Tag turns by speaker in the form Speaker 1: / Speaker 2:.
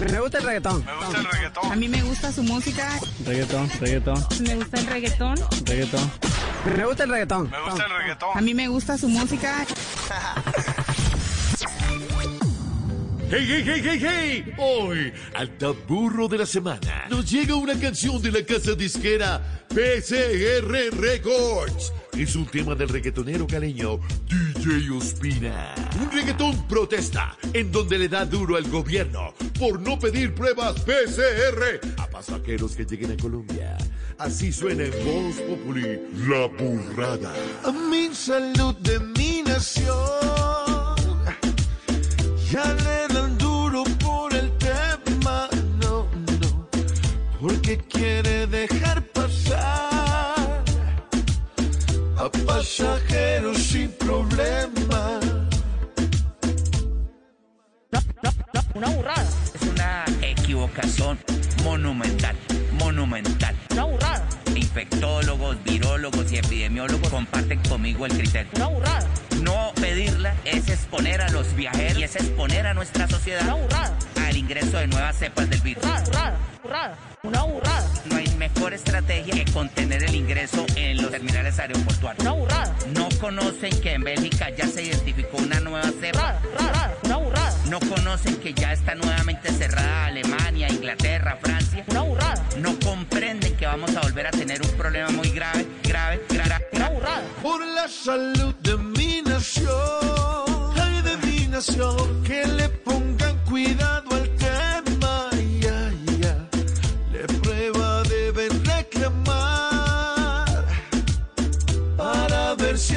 Speaker 1: Me gusta el reggaetón.
Speaker 2: Me gusta el
Speaker 3: A
Speaker 2: reggaetón.
Speaker 3: mí me gusta su música,
Speaker 1: Reggaetón, reggaetón,
Speaker 3: me gusta el reggaetón.
Speaker 1: reggaetón. Me gusta el reggaetón.
Speaker 2: Me gusta el
Speaker 3: A
Speaker 2: reggaetón.
Speaker 3: mí me gusta su música.
Speaker 4: ¡Hey, hey, hey, hey, hey! Hoy, al taburro de la semana, nos llega una canción de la casa disquera PCR Records. Es un tema del reggaetonero caleño DJ Ospina. Un reggaetón protesta, en donde le da duro al gobierno por no pedir pruebas PCR a pasajeros que lleguen a Colombia. Así suena en Voz Populi, La Burrada. A mi salud de mi nación. Ya le dan duro por el tema, no, no, porque quiere dejar pasar a pasajeros sin problema.
Speaker 5: Una burrada. Es una equivocación monumental, monumental.
Speaker 6: Una burrada,
Speaker 5: Infectólogos, virólogos y epidemiólogos comparten conmigo el criterio.
Speaker 6: una burrada,
Speaker 5: No pedirla es exponer a los viajeros y es exponer a nuestra
Speaker 6: una
Speaker 5: sociedad
Speaker 6: burrada,
Speaker 5: al ingreso de nuevas cepas del virus.
Speaker 6: burrada, burrada, burrada, una burrada,
Speaker 5: No hay mejor estrategia que contener el ingreso en los terminales aeroportuarios.
Speaker 6: una burrada,
Speaker 5: No conocen que en Bélgica ya se identificó una nueva cepa.
Speaker 6: burrada, burrada, una burrada,
Speaker 5: No conocen que ya está nuevamente cerrada Alemania, Inglaterra, Francia.
Speaker 6: una burrada,
Speaker 5: No comprenden que vamos a volver a tener un problema muy grave, grave, grave.
Speaker 6: una burrada,
Speaker 4: Por la salud de mi nación, ay de mi nación, que le pongan cuidado al tema, ay, ay, ay. Le prueba deben reclamar para ver si